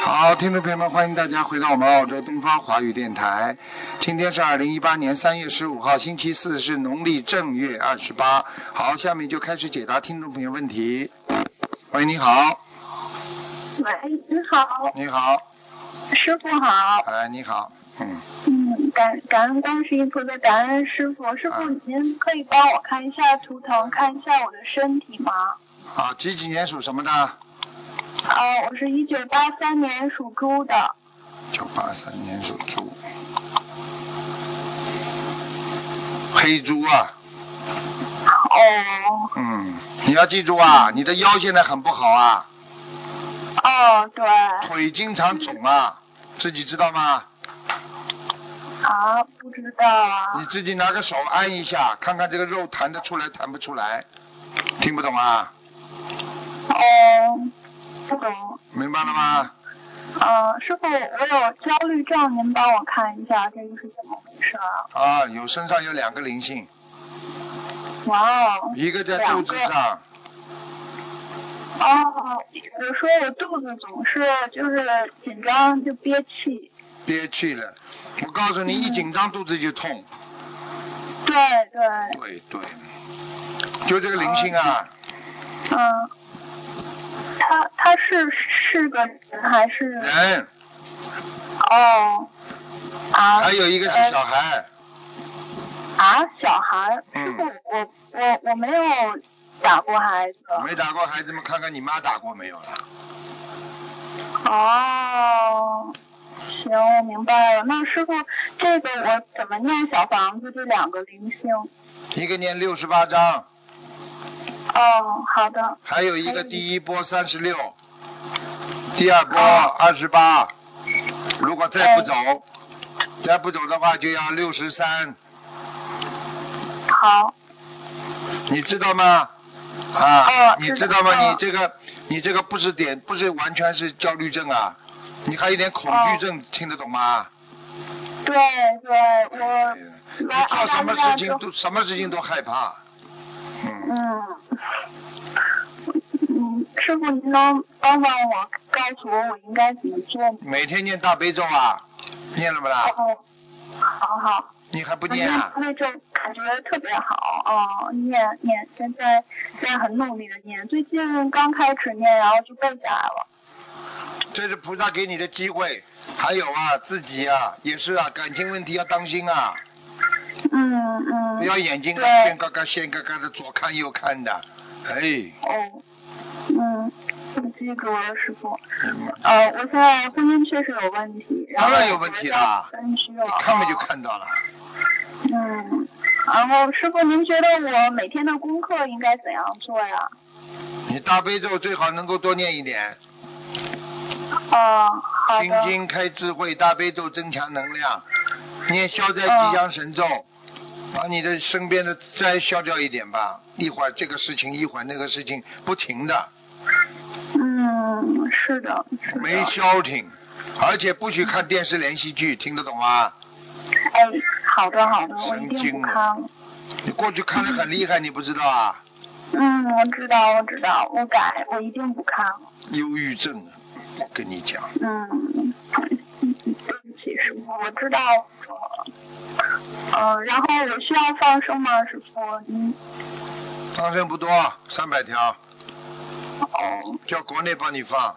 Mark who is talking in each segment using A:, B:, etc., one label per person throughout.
A: 好，听众朋友们，欢迎大家回到我们澳洲东方华语电台。今天是二零一八年三月十五号，星期四，是农历正月二十八。好，下面就开始解答听众朋友问题。喂，你好，
B: 喂，哎你好，
A: 你好，
B: 师傅好，
A: 哎，你好，嗯，
B: 嗯，感感恩观世音菩萨，感恩师傅，师傅
A: 啊
B: 您可以帮我看一下图腾，看一下我的身体吗？
A: 好，啊几几年属什么的？
B: 啊，我是一九八三年属猪的，
A: 九八三年属猪，黑猪啊，
B: 哦，
A: 嗯，你要记住啊，你的腰现在很不好啊，
B: 哦，对，
A: 腿经常肿啊，自己知道吗？
B: 啊，不知道啊
A: 你，自己拿个手按一下，看看这个肉弹得出来弹不出来，听不懂啊？
B: 哦，不懂，
A: 明白了吗？
B: 啊，师傅，我有焦虑症，您帮我看一下这个是怎么回事啊？
A: 啊，有身上有两个灵性，
B: 哇哦，
A: 一个在肚子上，
B: 哦，我说我肚子总是就是紧张就憋气，
A: 憋气了。我告诉你，一紧张肚子就痛。
B: 对对，
A: 对对，就这个灵性啊，
B: 嗯，他他是是个人还是
A: 人
B: 哦啊
A: 还有一个是小孩，
B: 啊小孩？
A: 嗯
B: 师傅，我我我没有打过孩子。
A: 没打过孩子们，看看你妈打过没有了？
B: 哦，行，我明白了。那师傅，这个我怎么念小房子这两个灵性？
A: 一个念六十八章，
B: 哦，好的，
A: 还有一个第一波三十六，第二波
B: 哦
A: 二十八。如果再不走，
B: 哎
A: 再不走的话就要六十三，
B: 好，
A: 你知道吗？啊，
B: 哦
A: 你知
B: 知
A: 道
B: 道
A: 吗？
B: 嗯
A: 你这个你这个不是点，不是完全是焦虑症啊，你还有点恐惧症，
B: 哦
A: 听得懂吗？
B: 对对，我。
A: 你
B: 呃来
A: 做
B: 澳大
A: 什么
B: 利亚
A: 事情
B: 之
A: 都什么事情都害怕，嗯，
B: 嗯，嗯，师傅，您能帮帮我，告诉我我应该怎么做吗？
A: 每天念大悲咒啊，念了不啦？
B: 哦，好好，
A: 你还不
B: 那
A: 念啊？
B: 那就感觉特别好哦，念念，现在现在很努力的念，最近刚开始念，然后就背下来了。
A: 这是菩萨给你的机会。还有啊，自己啊，也是啊，感情问题要当心啊，
B: 嗯
A: 不
B: 嗯，
A: 要眼睛啊
B: 对
A: 先嘎嘎、先嘎嘎的左看右看的，哎，
B: 哦，嗯，我记住了，师傅。呃，我现在婚姻确实有问题，然后
A: 当然有问题啦
B: 分居了
A: 你，看嘛就
B: 哦
A: 看到了。
B: 嗯，然后师傅，您觉得我每天的功课应该怎样做呀？
A: 你大悲咒最好能够多念一点，
B: 哦，好
A: 心
B: 的，
A: 经开智慧，大悲咒增强能量，念消灾吉祥神咒，把你的身边的灾消掉一点吧。一会儿这个事情，一会儿那个事情，不停的，
B: 嗯，是的，是的
A: 没消停，而且不许看电视连续剧，听得懂吗？
B: 哎，好的好的，我一
A: 神
B: 定
A: 经啊
B: 不
A: 了
B: 看了。
A: 你过去看的很厉害，你不知道啊？
B: 嗯，我知道我知道，我改，我一定不看了。
A: 忧郁症，我跟你讲，
B: 嗯，对不起，师傅，我知道我错了。嗯、然后我需要放生吗，师傅？嗯，
A: 放生不多，啊三百条，
B: 哦，
A: 叫国内帮你放，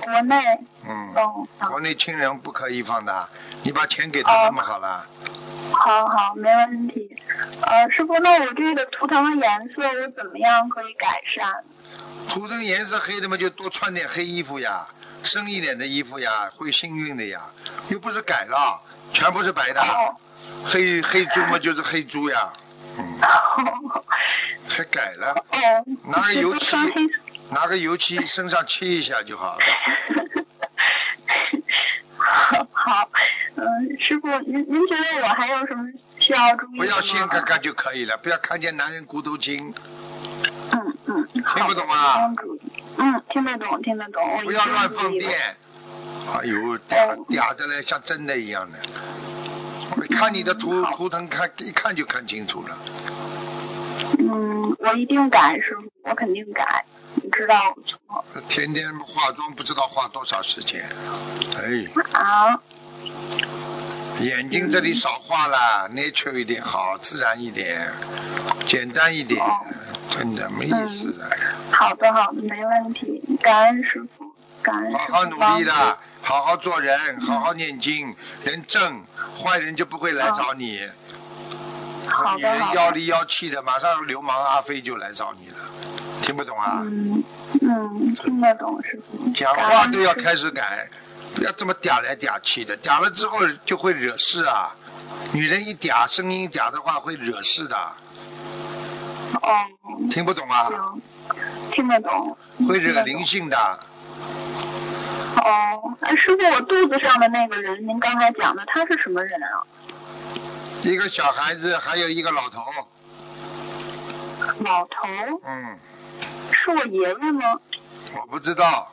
B: 国内，
A: 嗯，
B: 哦，
A: 国内亲人不可以放的，啊你把钱给他
B: 哦
A: 们好了。
B: 好好，没问题。呃，师傅，那我这个图腾的颜色我怎么样可以改善？
A: 涂成颜色黑的嘛，就多穿点黑衣服呀，深一点的衣服呀，会幸运的呀。又不是改了，全部是白的，
B: 哦，
A: 黑黑猪嘛就是黑猪呀，嗯，
B: 哦，
A: 还改了，
B: 哦，
A: 拿个油漆
B: 穿黑色。
A: 拿个油漆身上漆一下就好了。
B: 哦好，嗯，师傅，您您觉得我还有什么需要注意
A: 不
B: 的吗？
A: 要先看看就可以了，不要看见男人骨头轻，
B: 嗯嗯，
A: 听不懂啊
B: 好的？我一定注意嗯，听得懂，听得懂。
A: 不
B: 我一定
A: 要乱放
B: 注意嗯的。
A: 电。哎呦，嗲嗲的嘞，像真的一样的。我看你的图图腾看，一看就看清楚了。
B: 嗯，我一定改，师傅，我肯定改。你知道我错
A: 天天化妆不知道花多少时间，哎，
B: 啊，
A: 眼睛这里少画啦，nature 一点好，自然一点，简单一
B: 哦
A: 点，真的没意思的。
B: 好的好的，没问题，感恩师傅，感恩师
A: 好
B: 傅。
A: 好努力的，好好做人，好好念经，人正，坏人就不会来找你。
B: 好
A: 你
B: 的好
A: 人妖
B: 的。
A: 里妖气的，马上流氓阿飞就来找你了，听不懂啊？
B: 嗯嗯，听得懂师傅。
A: 讲
B: 感
A: 话
B: 恩
A: 都要
B: 师父
A: 开始改，不要这么嗲来嗲去的，嗲了之后就会惹事啊。女人一嗲，声音一嗲的话会惹事的，
B: 哦，
A: 听不懂啊？
B: 行，听得懂。
A: 会
B: 听
A: 惹
B: 得
A: 灵
B: 懂
A: 性的，
B: 哦，哎，师傅，我肚子上的那个人，您刚才讲的，他是什么人啊？
A: 一个小孩子，还有一个老头，
B: 老头
A: 嗯，
B: 是我爷爷吗？
A: 我不知道，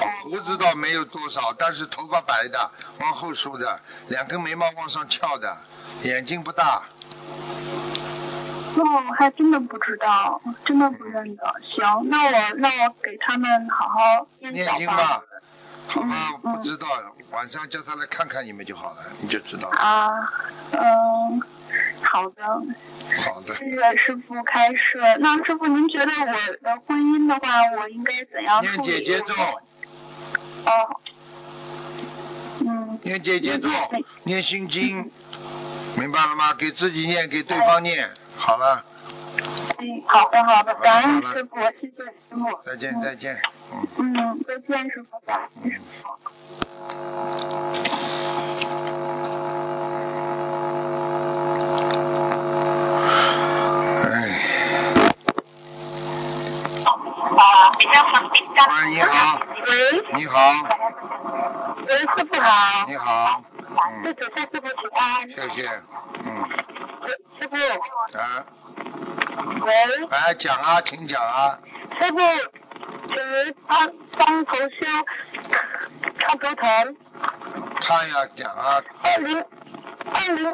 B: 哦，
A: 胡子倒没有多少，但是头发白的，往后梳的，两根眉毛往上翘的，眼睛不大，
B: 那我哦还真的不知道，真的不认得。行，那我那我给他们好好念
A: 念
B: 小
A: 经
B: 吧
A: 吧。，好吧，
B: 嗯嗯
A: 不知道，晚上叫他来看看你们就好了，你就知道了。
B: 啊，嗯，好的，
A: 好的，
B: 谢谢师傅开示。那师傅，您觉得我的婚姻的话，我应该怎样
A: 念
B: 处理？
A: 姐姐咒，
B: 哦，嗯，
A: 念姐姐咒，念心经，明白了吗？给自己念，给对方念，好了，
B: 嗯，好的好的，感恩师傅，谢谢师傅。
A: 再见再见，嗯。
B: 嗯，再见师傅，感恩师傅。
A: 哎，
B: 啊，比较好，比较
A: 喂，你好，
B: 喂，
A: 你好，
B: 嗯喂，师傅好，
A: 你好，嗯，
B: 弟子向师傅请安。
A: 谢谢，嗯，
B: 师傅，
A: 啊，
B: 喂，
A: 哎，讲啊，请讲啊，
B: 师傅，请帮帮同修看图腾，
A: 看呀，讲啊，
B: 二零二零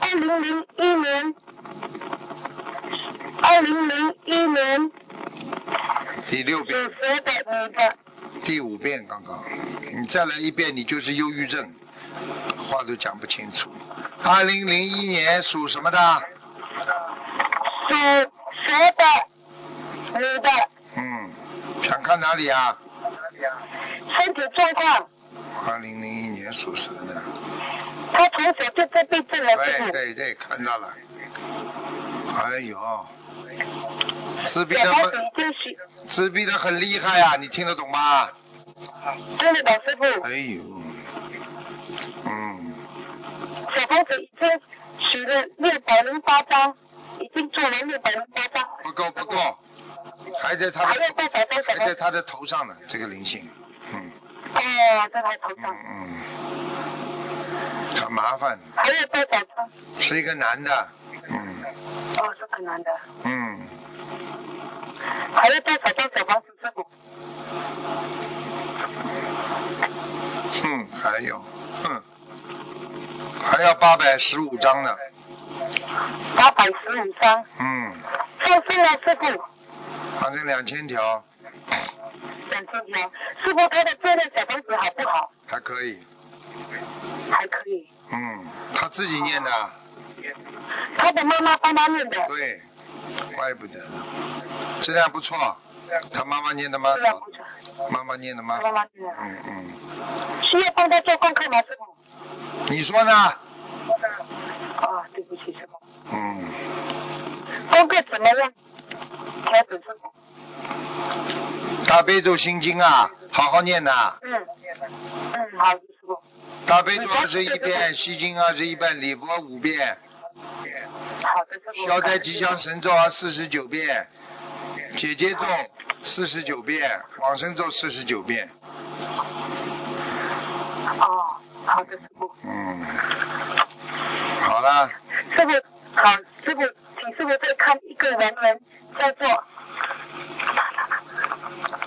B: 二零零一年，二零零一年
A: 第六
B: 属
A: 遍，
B: 蛇的女的。
A: 第五遍刚刚，你再来一遍，你就是忧郁症，话都讲不清楚。二零零一年属什么的？
B: 属蛇的女的，
A: 嗯，想看哪里啊？
B: 身体状况，
A: 二零零一年属蛇的，
B: 她从小就在被这个
A: 对
B: 事情，
A: 对对，看到了。哎呦，自闭
B: 小
A: 的
B: 孩
A: 很
B: 子，已经许
A: 自闭的很厉害呀、你听得懂吗？
B: 真的老师傅，
A: 哎呦，嗯，
B: 小房子已经许了六百零八张，已经做了六百零八张，
A: 不够不够，还在他
B: 还
A: 的
B: 要多少张小
A: 还
B: 房
A: 在
B: 子？
A: 他的头上呢，这个灵性，嗯
B: 哦，这还头
A: 嗯
B: 上，
A: 嗯，很麻烦，
B: 还要多少张？
A: 是一个男的，嗯
B: 哦，这个男的，
A: 嗯，
B: 还要多少张小房子？师傅，
A: 哼，嗯还有，哼，还要八百十五张呢，
B: 八百十五张，
A: 嗯，
B: 上升了，师傅。
A: 反正两千条
B: 两千条，师傅他的这量小房子好不好？
A: 还可以，
B: 还可以。
A: 嗯，他自己念的，
B: 他的妈妈帮他念的，
A: 对，怪不得呢，质量不错，他妈妈念的蛮
B: 这样
A: 好
B: 不，错。
A: 妈妈念的蛮
B: 他
A: 好
B: 妈，妈念的，
A: 嗯嗯。
B: 需要帮他做功课吗，师傅？
A: 你说呢？
B: 啊，对不起，师傅。
A: 嗯，
B: 功课怎么样？调整师傅。
A: 大悲咒心经啊，好好念呐、
B: 嗯，嗯，好，师傅。
A: 大悲咒二十一遍，心经二十一遍，礼佛五遍，
B: 好的，师傅。
A: 消灾吉祥神咒啊四十九遍，姐姐咒四十九遍，往生咒四十九遍。
B: 哦，好的，师傅。
A: 嗯，好啦，
B: 师傅，好，师傅，请师傅再看一个文人，叫做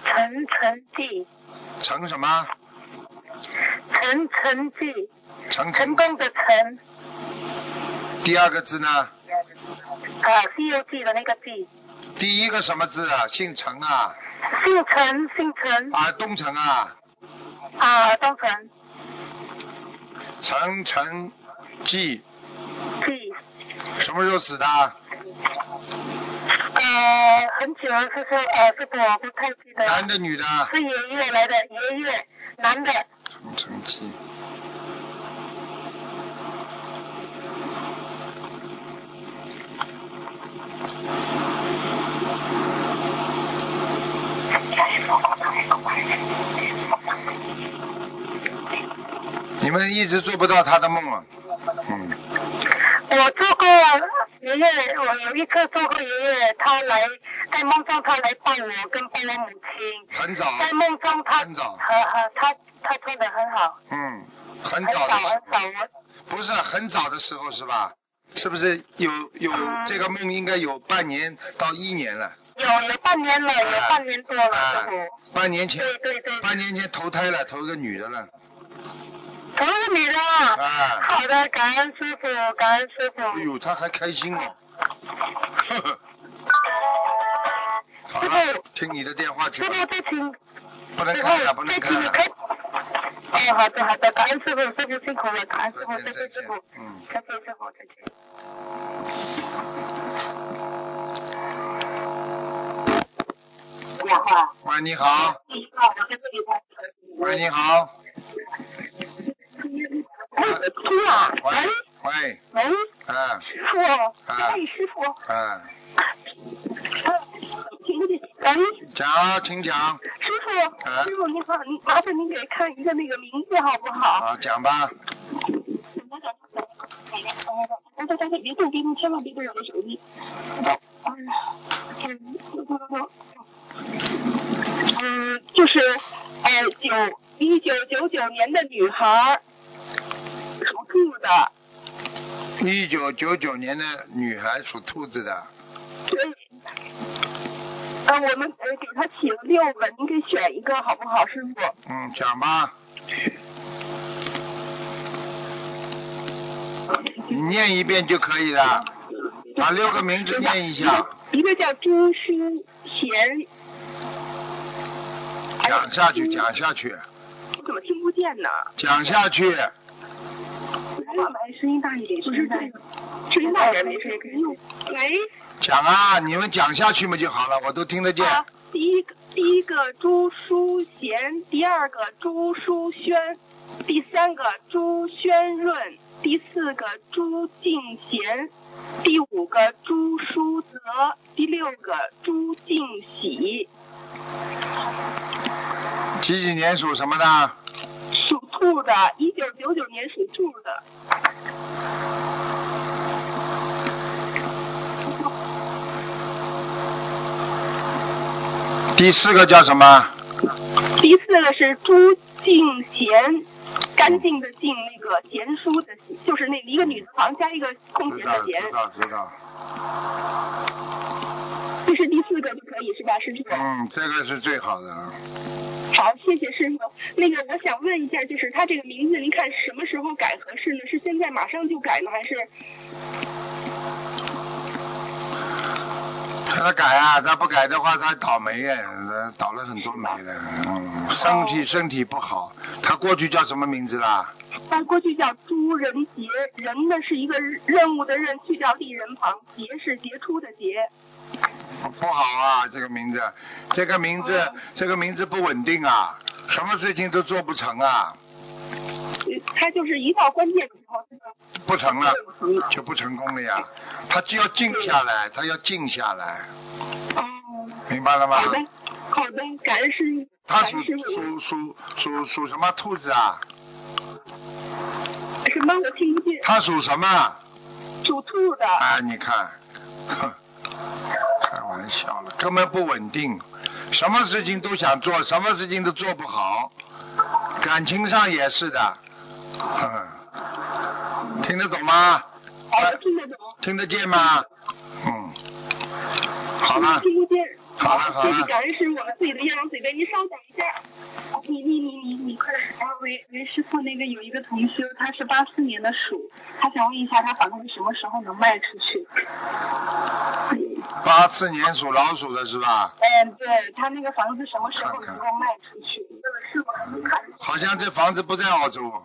B: 陈成记，
A: 成什么？
B: 陈成记，
A: 成成。
B: 成功的成。
A: 第二个字呢？
B: 啊，《西游记》的那个记，
A: 第一个什么字啊？姓陈啊？
B: 姓陈，姓陈
A: 啊，东城啊？
B: 啊，东城
A: 陈陈记，
B: 记，
A: 什么时候死的？
B: 呃，很久了，就是呃，这个我不太记得了，
A: 男的女的？
B: 是爷爷来的，爷爷，男的，
A: 陈陈记。你们一直做不到他的梦啊，嗯，
B: 我做过爷爷，我有一次做过爷爷，他来在梦中他来抱我跟抱我母亲，
A: 很早，
B: 在梦中他
A: 很早
B: 和和他他穿的很好，
A: 嗯，很
B: 很
A: 早的
B: 少
A: 时
B: 很
A: 候，
B: 少我。
A: 不是很早的时候是吧？是不是有有
B: 嗯
A: 这个梦应该有半年到一年了？
B: 有有半年了，有半年多了，
A: 啊
B: 师傅。
A: 半年前，
B: 对对对，
A: 半年前投胎了，投一个女的了，
B: 同是你的。
A: 啊，
B: 好的，感恩师傅，感恩师傅。
A: 哎呦，他还开心哦，呵呵，好
B: 师
A: 了
B: 傅，
A: 听你的电话去
B: 师
A: 吧，
B: 傅再请，
A: 不能
B: 师
A: 看了，
B: 傅
A: 不能
B: 再请
A: 看
B: 你
A: 了，
B: 开。哦，好的好的，感恩师傅，师傅辛苦了，感恩师傅，
A: 再
B: 谢
A: 见
B: 谢
A: 再
B: 师
A: 见
B: 傅，，
A: 嗯。
B: 谢谢师傅，再见。电话，
A: 喂，你好，
B: 第一个我跟这里在。
A: 喂，你好，
B: 哎，我听啊，
A: 喂
B: 喂，
A: 喂，
B: 喂，
A: 啊
B: 师傅，哎，师傅，
A: 啊，
B: 喂。
A: 讲，请讲，
B: 师傅，
A: 啊
B: 师傅您好，您麻烦您给看一个那个名字好不好？
A: 啊，讲吧，
B: 大家大家别动，别动，千万别动我的手机。嗯，就是呃九一九九九年的女孩儿，属兔的，
A: 一九九九年的女孩属兔子的，
B: 对。呃，我们呃给她起了六个，您给选一个好不好，师傅？
A: 嗯，讲吧，你念一遍就可以了，把六个名字念一下，
B: 一个叫朱诗贤，
A: 讲下去，讲下去，
B: 我怎么听不见呢？
A: 讲下去，
B: 来，声音大一点，不是这个，声音大一点没事。哎喂，
A: 讲啊，你们讲下去嘛就好了，我都听得见，
B: 啊，第一个第一个朱淑贤，第二个朱淑轩，第三个朱轩润，第四个朱敬贤，第五个朱淑泽，第六个朱敬喜，
A: 几几年属什么的？
B: 属兔的，一九九九年属兔的。
A: 第四个叫什么？
B: 第四个是朱静贤，干净的净，那个贤淑的贤，就是那一个女字旁加一个空
A: 知
B: 闲
A: 道，
B: 的闲
A: 知，道，知道。
B: 这是第四个就可以是吧，师傅？
A: 嗯，这个是最好的了。
B: 好，谢谢师傅。那个我想问一下，就是他这个名字，您看什么时候改合适呢？是现在马上就改呢，还是
A: 他改啊，他不改的话，他倒霉哎，呃倒了很多霉的。嗯，身体身体不好。他过去叫什么名字啦？
B: 他过去叫朱仁杰，仁呢是一个任务的任，去掉立人旁，杰是杰出的杰。
A: 不好啊，这个名字，这个名字，
B: 哦
A: 这个名字不稳定啊，什么事情都做不成啊，
B: 呃他就是一到关键的时候，
A: 不成了
B: 这个
A: 就不成功了呀。他就要静下来，他要静下来，
B: 哦，
A: 明白了吗
B: 好？的，好的，感恩师傅，
A: 他
B: 感
A: 属
B: 恩师
A: 属
B: 傅。
A: 属属属什么兔子啊？
B: 什么？我听不见。
A: 他属什么？
B: 属兔的。
A: 啊，你看， 哼，开玩笑了，根本不稳定，什么事情都想做，什么事情都做不好，感情上也是的， 嗯，听得懂吗？
B: 好的，听得懂。
A: 听得见吗？嗯，好了，
B: 听不见。
A: 好了好了
B: 谢谢感恩师傅，我们自己的业障随便。您稍等一下。你你你你你快点！
C: 啊，喂喂，师傅，那个有一个同修，他是八四年的鼠，他想问一下，他房子什么时候能卖出去？
A: 八四年属老鼠的是吧？
B: 嗯，对他那个房子什么时候
A: 看看
B: 能够卖出去？是我还没看。
A: 好像这房子不在澳洲，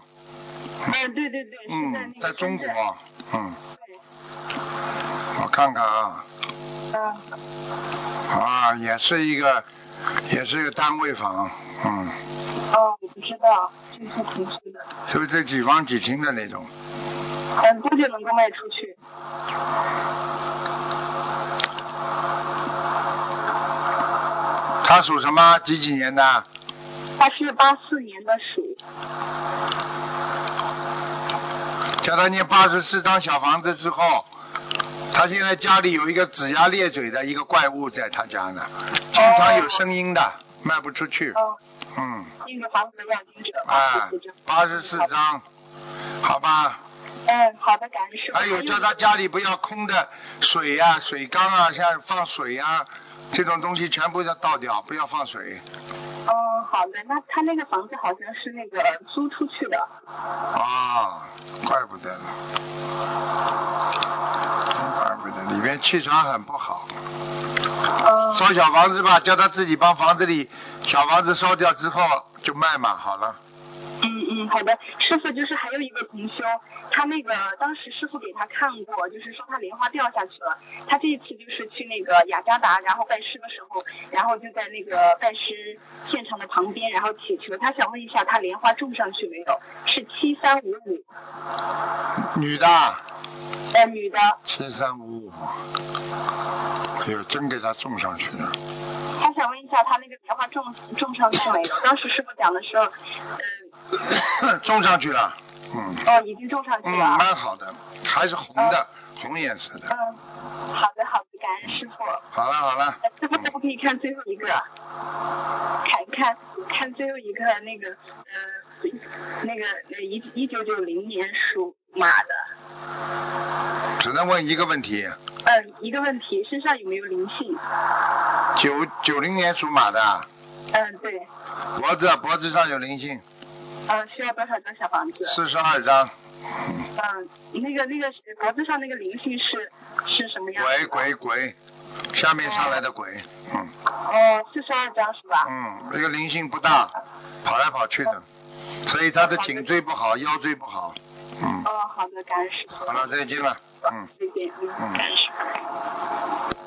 B: 嗯，对对对，是在那
A: 嗯，
B: 个
A: 在中国
B: 深圳。，
A: 嗯，我看看啊，
B: 嗯，
A: 啊，也是一个，也是一个单位房，嗯，
B: 哦，我不知道，这是平时的。
A: 就是几房几厅的那种，
B: 嗯，多久能够卖出去？
A: 他属什么？几几年的？
B: 他是八四年的鼠，
A: 叫他念八十四张小房子之后，他现在家里有一个龇牙咧嘴的一个怪物在他家呢，经常有声音的，卖不出去。
B: 哦，
A: 嗯，
B: 那个房子的要经者，
A: 啊
B: 84张，
A: 八十四。张，好吧。
B: 嗯，好的，感恩师傅。
A: 还有叫他家里不要空的水呀、水缸啊，像放水呀、这种东西全部要倒掉，不要放水。
B: 嗯，好的，那他那个房子好像是那个呃租出去的。
A: 啊，怪不得呢，怪不得里边气场很不好。
B: 嗯，
A: 烧小房子吧，叫他自己帮房子里小房子烧掉之后就卖嘛，好了。
B: 嗯嗯，好的，师傅就是还有一个同修，他那个当时师傅给他看过，就是说他莲花掉下去了。他这一次就是去那个雅加达，然后拜师的时候，然后就在那个拜师现场的旁边，然后祈求。他想问一下，他莲花种上去没有？是七三五五，
A: 女的，啊
B: 呃，女的，
A: 七三五五，哎呦，真给他送上去了。
B: 他想问一下，他那个莲花种种上去没有？当时师傅讲的时候，呃，
A: 种上去了，嗯
B: 哦，已经种上去
A: 嗯，
B: 了啊。
A: 蛮好的，还是红的，红颜色的。
B: 嗯，好的好的，感恩师傅。
A: 好了好了，
B: 呃师傅可不可以看最后一个？看看看最后一个那个呃那个呃一一九九零年属马的。
A: 只能问一个问题：
B: 嗯，一个问题，身上有没有灵性？
A: 九九零年属马的，
B: 嗯，对。
A: 脖子脖子上有灵性，
B: 呃，需要多少张小房子？
A: 四十二张，
B: 嗯，那个那个是脖子上那个灵性是是什么样
A: 鬼
B: 子？
A: 鬼鬼，下面上来的鬼，嗯
B: 哦，四十二张是吧？
A: 嗯，这个灵性不大，跑来跑去的，所以他的颈椎不好，腰椎不好，嗯，
B: 哦，好的，感恩师傅。
A: 好了，再见了，嗯。
B: 再见，嗯，感恩师傅。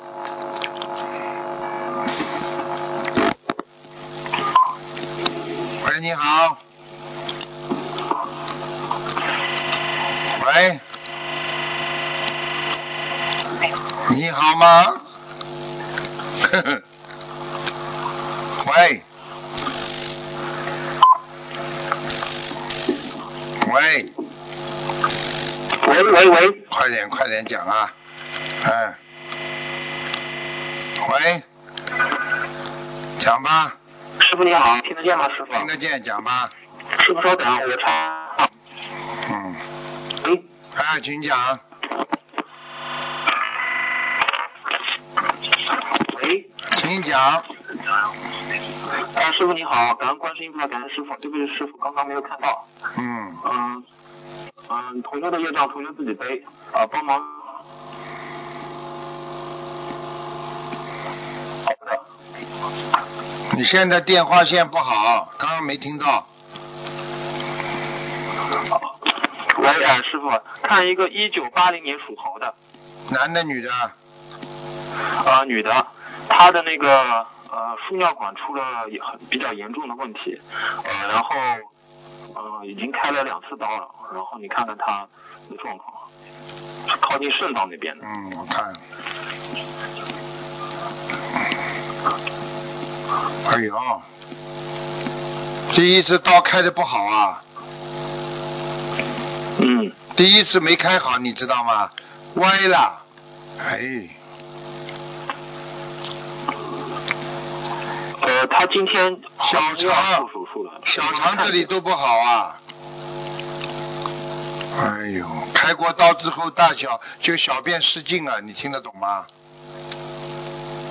A: 喂，你好。喂。你好吗？ 呵呵。喂。喂，
D: 喂喂喂，
A: 快点快点讲啊！嗯。喂。讲吧，
D: 师傅你好，听得见吗？师傅，
A: 听得见，讲吧。
D: 师傅稍等，啊我查。
A: 嗯。
D: 喂，
A: 哎，请讲。
D: 喂，
A: 请讲，
D: 啊，师傅你好，感恩观世音菩萨，感恩师傅，对不起，师傅刚刚没有看到。
A: 嗯，
D: 嗯嗯，同修的业障，同修自己背，啊，帮忙。好的，
A: 你现在电话线不好，刚刚没听到。
D: 喂，哎、师傅，看一个一九八零年属猴的，
A: 男的女的？
D: 啊，女的，她的那个呃输尿管出了也很比较严重的问题，呃，然后呃已经开了两次刀了，然后你看看她的状况，是靠近肾脏那边的，
A: 嗯，我看。哎呦，第一次刀开的不好啊，
D: 嗯，
A: 第一次没开好，你知道吗？歪了，哎，
D: 呃，她今天
A: 小
D: 好像又要
A: 肠
D: 做手术了，
A: 小肠这里都不好啊。哎呦，开过刀之后大小就小便失禁啊，你听得懂吗？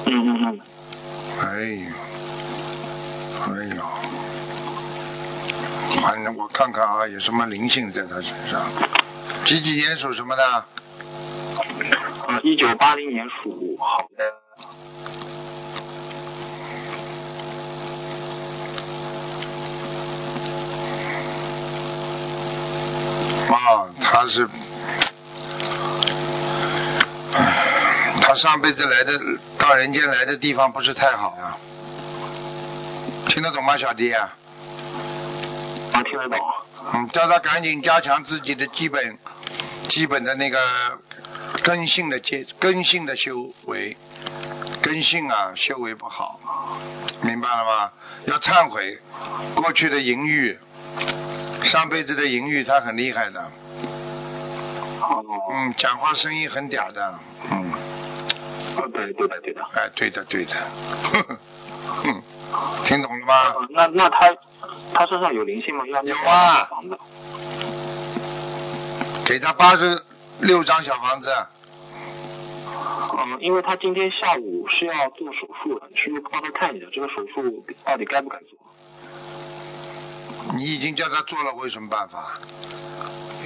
D: 嗯嗯嗯，
A: 哎呦，哎呦，反正我看看啊，有什么灵性在他身上？几几年属什么的？
D: 呃，一一九八零年属啊好的。
A: 啊，他是，唉他上辈子来的到人间来的地方不是太好呀、听得懂吗，小弟、啊？
D: 啊，听得懂。
A: 嗯，叫他赶紧加强自己的基本基本的那个根性的接根性的修为，根性啊修为不好，明白了吗？要忏悔过去的淫欲，上辈子的淫欲他很厉害的，
D: 哦、
A: 嗯，讲话声音很嗲的，嗯，
D: 嗯，对对的对的。
A: 哎，对的对的， 呵呵嗯，听懂了
D: 啊
A: 吗？，
D: 那那他他身上有灵性吗？要念
A: 有啊
D: 房子。
A: 给他八十六张小房子，
D: 嗯，因为他今天下午是要做手术的，你是不是帮他看一下这个手术到底该不该做？
A: 你已经叫他做了，我有什么办法？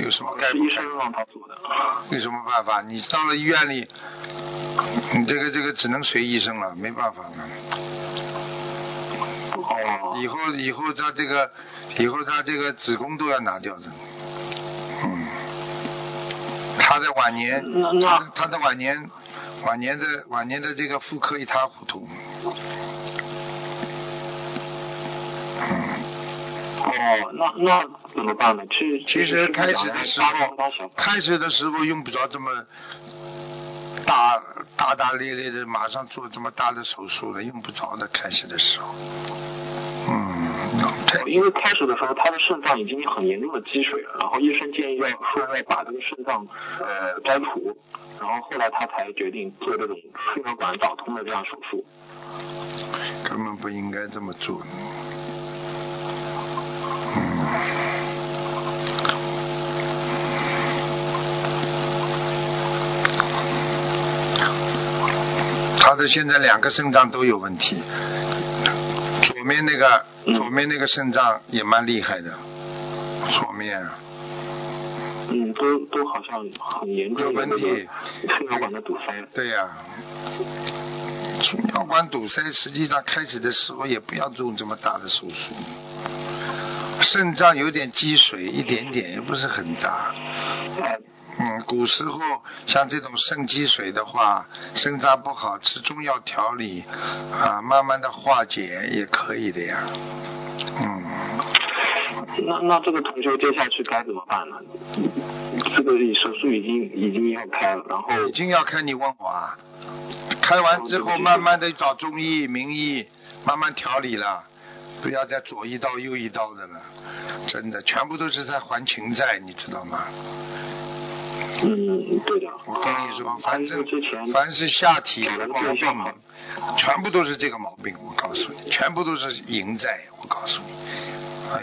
A: 有什么该
D: 是
A: 不
D: 医
A: 该？
D: 生让他做的。
A: 有什么办法？你到了医院里，你这个这个只能随医生了，没办法了。
D: 哦，
A: 以后以后他这个以后他这个子宫都要拿掉的，嗯，他的晚年
D: 那
A: 他
D: 那
A: 的他的晚年晚年的晚年的这个妇科一塌糊涂，
D: 哦，那那怎么办呢？去
A: 其实开始的时候
D: 他想
A: 开始的时候用不着这么大大大咧咧的，马上做这么大的手术的，用不着的。开始的时候，嗯，太
D: 因为开始的时候他的肾脏已经很严重的积水了，然后医生建议要说要把这个肾脏呃摘除，然后后来他才决定做这种输尿管导通的这样手术。
A: 根本不应该这么做。嗯，他的现在两个肾脏都有问题，左面那个
D: 嗯
A: 左面那个肾脏也蛮厉害的，左面啊
D: 嗯，都都好像很严重
A: 有
D: 的
A: 问
D: 那
A: 题
D: 个，输尿管的堵塞。
A: 对呀、输尿管堵塞，实际上开始的时候也不要做这么大的手术。肾脏有点积水，一点点，也不是很大。
D: 哎
A: 嗯，古时候像这种肾积水的话，肾脏不好，吃中药调理，啊，慢慢的化解也可以的呀。嗯，
D: 那那这个同学接下去该怎么办呢？这个手术已经已经要开了，然后
A: 已经要开，你问我啊？开完之后，慢慢的找中医、名医，慢慢调理了，不要再左一刀右一刀的了。真的，全部都是在还情债，你知道吗？
D: 嗯，对的。
A: 我跟你说，反正
D: 他之前
A: 凡是下体
D: 找
A: 有
D: 人
A: 毛
D: 对象
A: 病，全部都是这个毛病。我告诉你，全部都是淫债。我告诉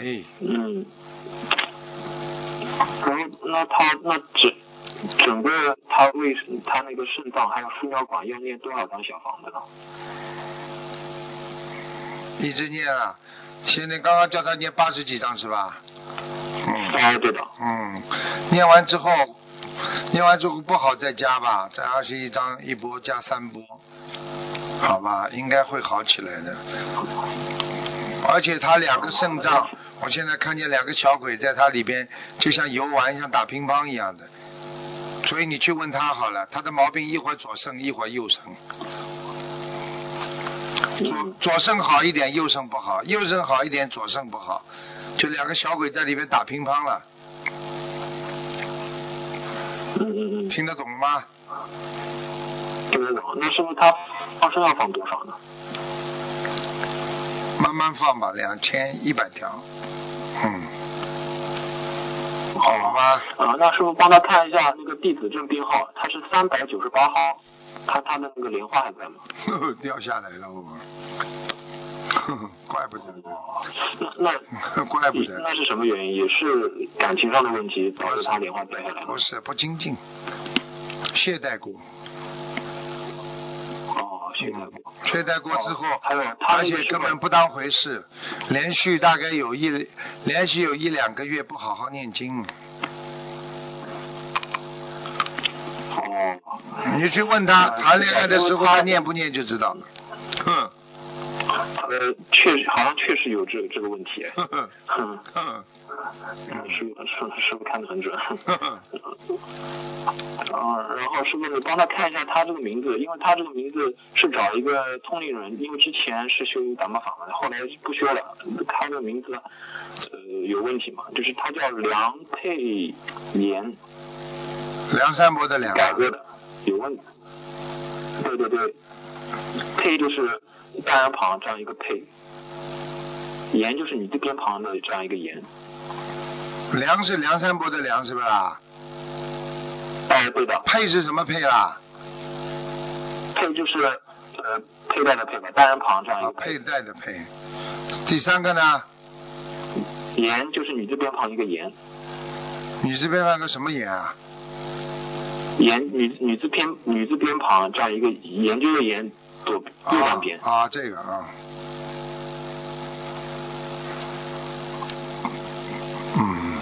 A: 你，
D: 嗯，然后那他那整整个他为他那个肾脏还有输尿管要念多少张小房子呢？
A: 哎，一直念啊。现在刚刚叫他念八十几章是吧？嗯。
D: 哎，对的，
A: 嗯，念完之后，念完之后不好再加吧，再二十一张一波加三波，好吧，应该会好起来的。而且他两个肾脏，我现在看见两个小鬼在他里边，就像游玩，像打乒乓一样的。所以你去问他好了，他的毛病一会儿左肾，一会儿右肾。左左肾好一点，右肾不好；右肾好一点，左肾不好。就两个小鬼在里边打乒乓了。
D: 嗯嗯嗯，
A: 听得懂了吗？
D: 听得懂。那是不是他放生要放多少呢？
A: 慢慢放吧，两千一百条。嗯，好吧，
D: 啊，那师傅帮他看一下那个弟子证编号，他是三百九十八号，看他的那个莲花还在吗？
A: 呵呵嗯掉下来了我， 呵呵怪不得呢，
D: 那
A: 呵怪
D: 那
A: 哦不得，
D: 那是什么原因？也是感情上的问题导致他莲花掉下来吗
A: 不？是不精进，懈怠过，
D: 哦，现在不
A: 懈怠过之后，
D: 哦还有
A: 而
D: 他那
A: 且
D: 个时
A: 根
D: 候
A: 本不当回事，连续大概有一连续有一两个月不好好念经，
D: 哦，
A: 你去问他
D: 嗯
A: 谈恋爱的时候
D: 因为他
A: 他念不念就知道了。哼
D: 呃，确实好像确实有这个这个问题，
A: 哼哼
D: 哼，嗯
A: 哼
D: 师傅师傅师傅看得很准。
A: 哼哼
D: 嗯，然后师傅你帮他看一下他这个名字，因为他这个名字是找一个通灵人，因为之前是修达摩法门，后来不修了。他这个名字呃有问题嘛？就是他叫梁佩妍
A: 梁山伯的梁啊
D: 改过的，有问题。对对对，佩就是单人旁这样一个佩，言就是你这边旁的这样一个言。
A: 梁是梁山伯的梁是不是啊？
D: 哎，对的，
A: 配是什么配啦？
D: 佩就是呃佩戴的佩吧，单人旁这样一
A: 啊
D: 个，佩
A: 佩戴的佩。第三个呢？
D: 言就是你这边旁一个言。
A: 你这边那个什么眼啊？
D: 言女女字偏女字边旁这样一个研究的研左右半边，
A: 啊啊，这个啊。嗯，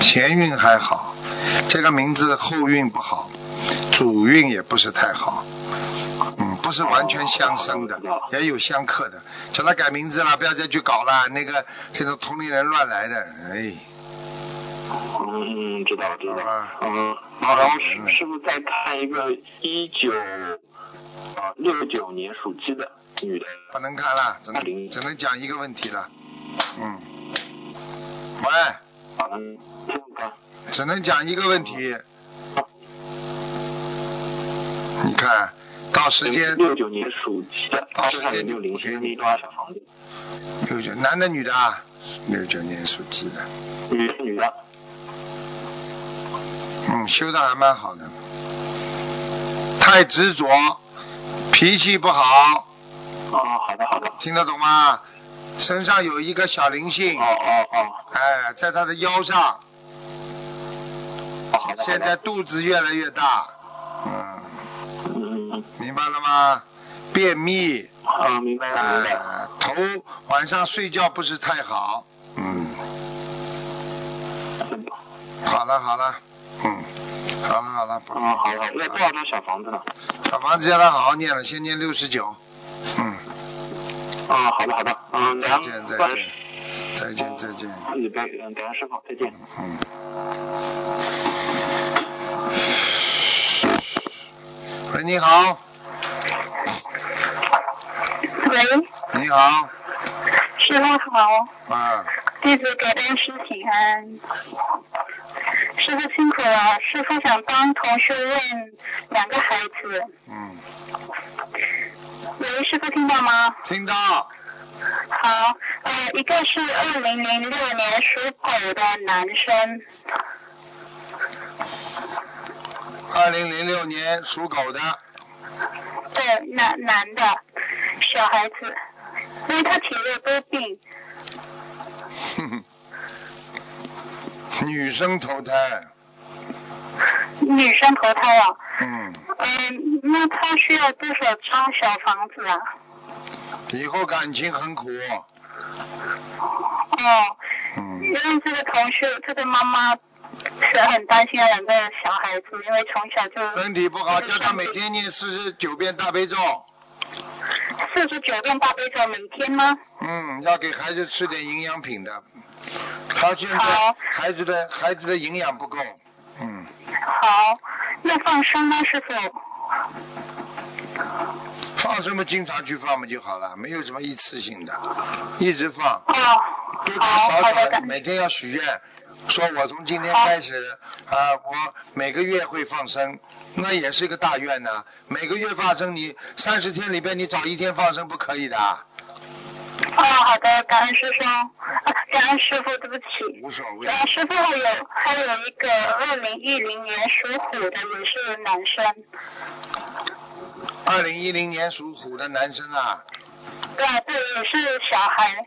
A: 前运还好，这个名字后运不好，主运也不是太好。嗯，不是完全相生的，也有相克的。叫他改名字了，不要再去搞了。那个这种同龄人乱来的，哎，
D: 嗯嗯，知道了知道
A: 好
D: 了
A: 吧，
D: 嗯，好，然后师师傅再看一个一九啊六九年属鸡的女的，
A: 不能看了，只能只能讲一个问题了。嗯，喂。
D: 嗯，这个
A: 只能讲一个问题。你看到时间
D: 六九年属鸡的，
A: 啊
D: 身上有没有灵性？那幢小房子，
A: 六九，男的女的啊？六九年属鸡的，
D: 女的女的，
A: 嗯，修的还蛮好的。太执着，脾气不好，
D: 哦，好的好的，
A: 听得懂吗？身上有一个小灵性
D: 哦，哦哦，
A: 哎，在他的腰上，
D: 哦好的好
A: 现在
D: 的，
A: 肚子越来越大，嗯，
D: 嗯嗯
A: 明白了吗？便秘，
D: 嗯，啊，明白了明白了，
A: 呃，头晚上睡觉不是太好，嗯。好了好了，嗯，好了好了，不
D: 嗯，好的，要多少张小房子呢？
A: 小房子叫他好好念了，先念六十九，嗯，
D: 啊，好的好的，嗯，
A: 再见再见再见再见，
D: 自己拜，嗯，感恩师傅，再见。
A: 嗯。喂，你好，
C: 喂，
A: 你好，
C: 师傅好，
A: 啊，
C: 弟子给恩师请安。师傅辛苦了，师傅想帮同学问两个孩子。
A: 嗯，
C: 喂，师傅听到吗？
A: 听到，
C: 好，呃，一个是二零零六年属狗的男生，
A: 二零零六年属狗的，
C: 对，男男的小孩子，因为他体弱多病，
A: 哼哼，女生投胎，
C: 女生投胎啊。
A: 嗯，
C: 嗯，那他需要多少张小房子啊？
A: 以后感情很苦，
C: 哦，
A: 嗯
C: 因。为这个同学，这个妈妈是很担心两个小孩子，因为从小就
A: 身体不好，叫他每天念四十九遍大悲咒。
C: 四十九遍大悲咒每天吗？
A: 嗯，要给孩子吃点营养品的。他现在
C: 好
A: 孩子的孩子的营养不够。嗯，
C: 好，那放生呢，师傅？哦
A: 放什么经常去放不就好了？没有什么一次性的，一直放，
C: 哦，
A: 多多
C: 好
A: 少
C: 好的，
A: 少
C: 感
A: 每天要许愿，说我从今天开始啊、我每个月会放生，那也是一个大愿呐、每个月放生你，三十天里边你找一天放生不可以的啊，
C: 哦，好的，感恩师兄，啊感恩师傅，对不起。
A: 无所谓
C: 呃，。师傅还有还有一个二零一零年属虎的也是男生，
A: 二零一零年属虎的男生啊，
C: 对啊，对，也是小孩，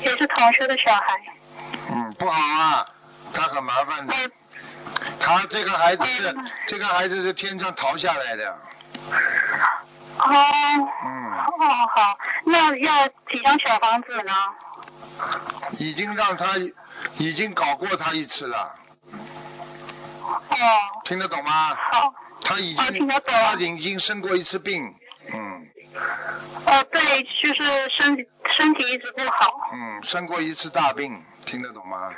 C: 也是同学的小孩。
A: 嗯，不好啊，他很麻烦的。
C: 嗯，
A: 他这个孩子是
C: 嗯，
A: 这个孩子是天上逃下来的。
C: 哦，
A: 嗯，
C: 哦，好，那要几张小房子呢？
A: 已经让他，已经搞过他一次了。
C: 哦，
A: 听得懂吗？
C: 好，
A: 他已
C: 哦，听
A: 经
C: 得懂。
A: 他已经生过一次病，嗯
C: 哦，对，就是身体身体一直不好。
A: 嗯，生过一次大病，听得懂吗？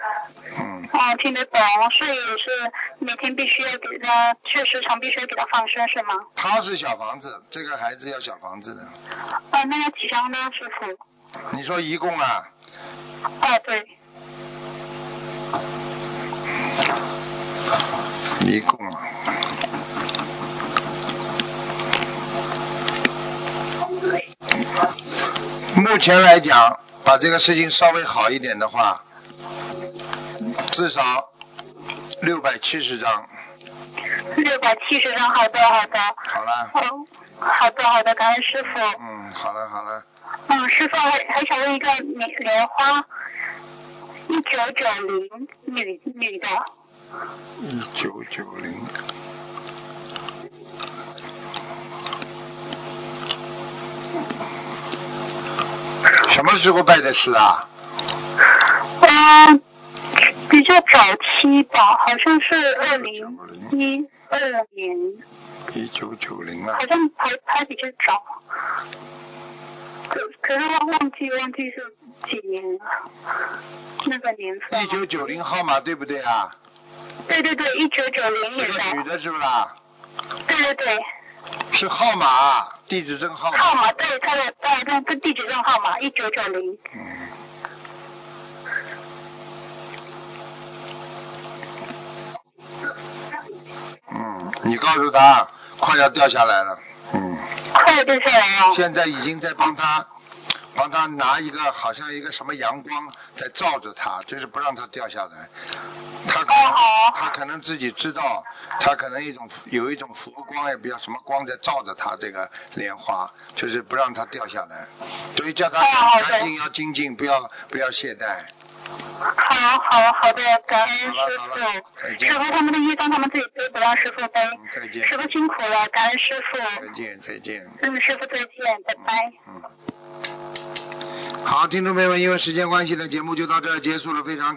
A: 嗯，
C: 哦，听得懂，所以是每天必须要给他，去时常必须要给他放生是吗？
A: 他是小房子，这个孩子要小房子的。
C: 哦，那要几张呢，师傅？
A: 你说一共啊，
C: 哦，对，
A: 一共啊，目前来讲，把这个事情稍微好一点的话，至少六百七十张，
C: 六百七十张，好的，好的。
A: 好了，
C: 哦，好的，好的，感恩师傅。
A: 嗯，好了好了，
C: 嗯，师傅还还想问一个莲莲花，一九九零女女的，
A: 一九九零。什么时候拜的师啊？
C: 嗯，比较早期吧，好像是二零
A: 1990
C: 一二年，
A: 一九九零啊
C: 好，像还还比较早，可可是忘忘记忘记是几年了，那个年份
A: 一
C: 了。
A: 九九零号码对不对啊？
C: 对对对，一九九零
A: 这
C: 年
A: 个女
C: 的，
A: 的是不啦？
C: 对对对，
A: 是号码，地址证号码。
C: 号码对，他的他的这地址证号码一九九零。
A: 嗯。嗯，你告诉他快要掉下来了。嗯，
C: 快掉下来
B: 啊
C: 了。
A: 现在已经在帮他，帮他拿一个好像一个什么阳光在照着他，就是不让他掉下来。他可能
C: 哦好
A: 他可能自己知道，他可能一种有一种佛光也不叫什么光在照着他这个莲花，就是不让他掉下来。所以叫他
C: 哦好的
A: 赶紧要精进，不要不要懈怠。
C: 好好好的，感恩师
A: 好了好了再
C: 傅。
A: 见
C: 师傅他们的业障他们自己背，不让师傅背。
A: 嗯，再见，
C: 师傅辛苦了，感恩师
A: 再
C: 傅。
A: 见，再见。
C: 嗯，师傅再见，拜拜。
A: 嗯。好，听众朋友们，因为时间关系呢，节目就到这儿结束了，非常感。